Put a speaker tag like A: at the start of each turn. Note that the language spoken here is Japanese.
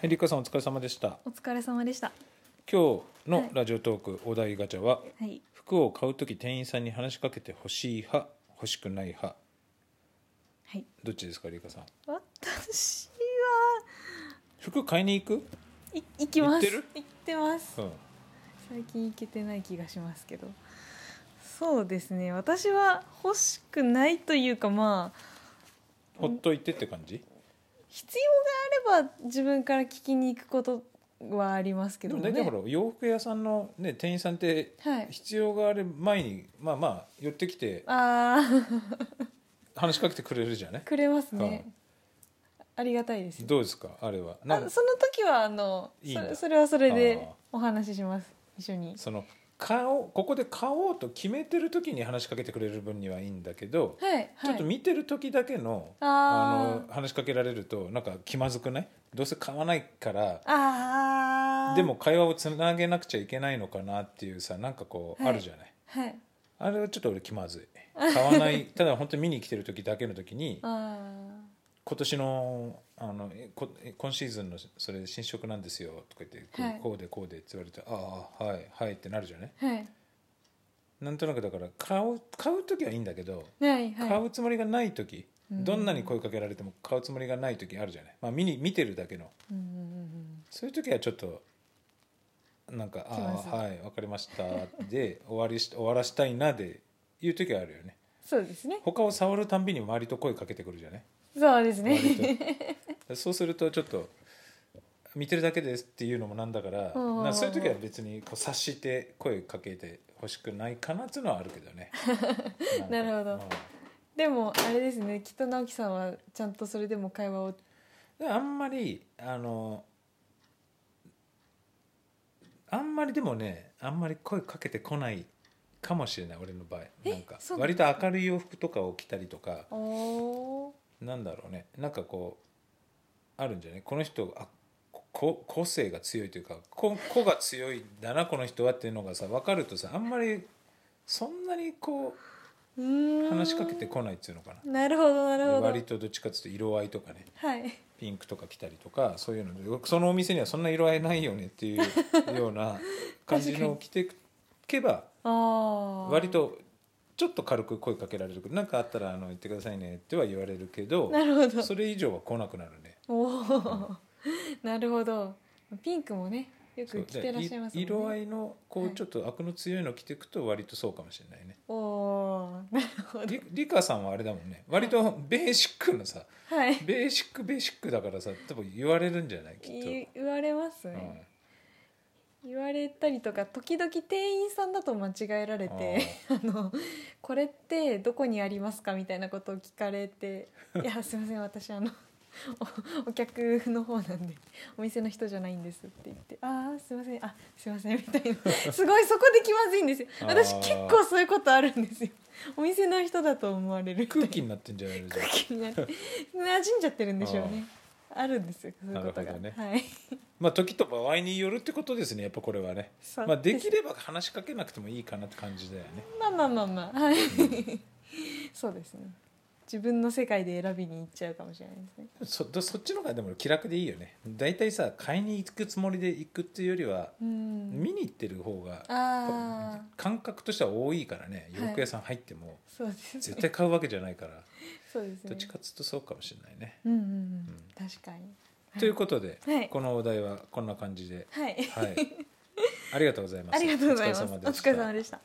A: ヘリカさんお疲れ様でした
B: お疲れ様でした。
A: 今日
B: は
A: の
B: い
A: ラジオトーク、お題ガチャは
B: はい。
A: 服を買う時店員さんに話しかけて欲しい派欲しくない派
B: はい。
A: どっちですかリカさん
B: 私
A: 服買いに行
B: はい、行きます。
A: 行ってる
B: 行ってます
A: く、。うん、
B: 最近行けてない気がしますけど。そうですね。私は欲しくないというか、まあ、
A: ほっといてって感じ
B: 必要があれば自分から聞きに行くことはありますけ
A: で
B: ど
A: も
B: も
A: 大
B: ね。
A: 体ほら洋服屋さんの、ね、店員さんって
B: はい。
A: 必要がある前にまあまあ寄ってきて
B: ああ、
A: 話しかけてくれるじゃんね
B: くれますね。ありがたいですよ。
A: どうですかあれは
B: あ
A: なん
B: その時はあの
A: いいん
B: そ
A: だ
B: れそれはそれで
A: あー
B: お話しします一緒に
A: その買おうここで買おうと決めてる時に話しかけてくれる分にはいいんだけど、
B: はい
A: ちょっ
B: は
A: と
B: い
A: 見てる時だけの
B: あー
A: あの話しかけられるとなんか気まずくないどうせ買わないから
B: ああ
A: でも会話をつなげなくちゃいけないのかなっていうさなんかこう
B: は
A: あ
B: い
A: るじゃない、
B: はい
A: あれはちょっと俺気まずい買わないただ本当に見に来てる時だけの時 に
B: あ
A: 今年のあのえこ今シーズンのそれ新色なんですよとか言ってこう,、
B: はい
A: こうでこうでって言われてああはいはいってなるじゃない
B: あはい
A: なんとなくだから買う買う時はいいんだけど
B: はいはい
A: 買うつもりがない時、
B: うん
A: どんなに声かけられても買うつもりがない時あるじゃない、まあ、見に見てるだけの
B: うんうん
A: そういう時はちょっとなんか「
B: 気ま
A: あ
B: ずい
A: あはいわかりました」で 終わりし終わらしたいなでいう時はあるよね
B: そうですね
A: 他を触るたんびに周りと声かけてくるじゃない
B: そうです
A: 割と
B: ね
A: そうするとちょっと「見てるだけです」っていうのもなんだから
B: うんうんうん
A: なそういう時は別にこう察して声かけてほしくないかなっていうのはあるけど ね
B: なるほど
A: うん
B: でもあれですねきっと直樹さんはちゃんとそれでも会話を
A: であんまりあのあんまりでもねあんまり声かけてこないかもしれない俺の場合
B: え
A: なんか
B: そうなん
A: 割
B: だ
A: と明るい洋服とかを着たりとか
B: おー
A: なんだろうねなんかこうあるんじゃないこの人あこ個性が強いというかこ個が強いんだなこの人はっていうのがさ分かるとさあんまりそんなにこ
B: うー
A: うん話しかけてこないっていうのかな。
B: なるほどなるほど
A: 割とどっちかっていうと色合いとかね
B: はい
A: ピンクとか着たりとかそういうのでそのお店にはそんな色合いないよねって いうような感じのを着ていけば
B: ああ
A: 割とちょっと軽く声かけられる何かあったらあの言ってくださいねっては言われるけど
B: なるほど
A: それ以上は来なくなるね。
B: おお なるほどピンクもねよ
A: そう
B: く着てらっしゃいますもんね
A: で色合いのこ
B: は
A: う
B: い
A: ちょっと悪の強いの着ていくと割とそうかもしれないね。
B: おおなるほど
A: りリカさんはあれだもんね割とベーシックのさ
B: はい
A: ベーシックベーシックだからさ多分言われるんじゃないきっと。
B: 言言われます
A: う
B: ね
A: ん、
B: 言われたりとか時々店員さんだと間違えられて「 あのこれってどこにありますか?」みたいなことを聞か れて「いやすいません私あのおお客の方なんでお店の人じゃないんです」って言って「ああすいませんあすいません」みたい なすごいそこで気まずいんですよ
A: あー
B: 私結構そういうことあるんですよお店の人だと思われるみたいな
A: 空気になってんじゃないのじゃあ
B: 空気になって 馴染んじゃってるんでしょうねあるんですよそういうこと
A: な
B: が、
A: るほど
B: はい
A: まあ時と場合によるってことですねやっぱこれはね、
B: そう
A: まあ、できれば話しかけなくてもいいかなって感じだよね
B: まあまあまあまあはいそうですね自分の世界で選びに行っちゃうかもしれないですね
A: そどそっちの方がでも気楽でいいよね大体さ買いに行くつもりで行くっていうよりは
B: うん
A: 見に行ってる方が
B: ああ
A: 感覚としては多いからね洋服屋さん入っても
B: そうです
A: 絶
B: ね
A: 対買うわけじゃないから、
B: そうですね
A: どっちかっつうとそうかもしれないね。
B: うんうんうん確かに
A: ということで、
B: はい
A: このお題はこんな感じで、
B: はい
A: はい、ありがとうございま
B: あ
A: した
B: りがとうございますお
A: お疲れ様でした
B: 疲れ様でした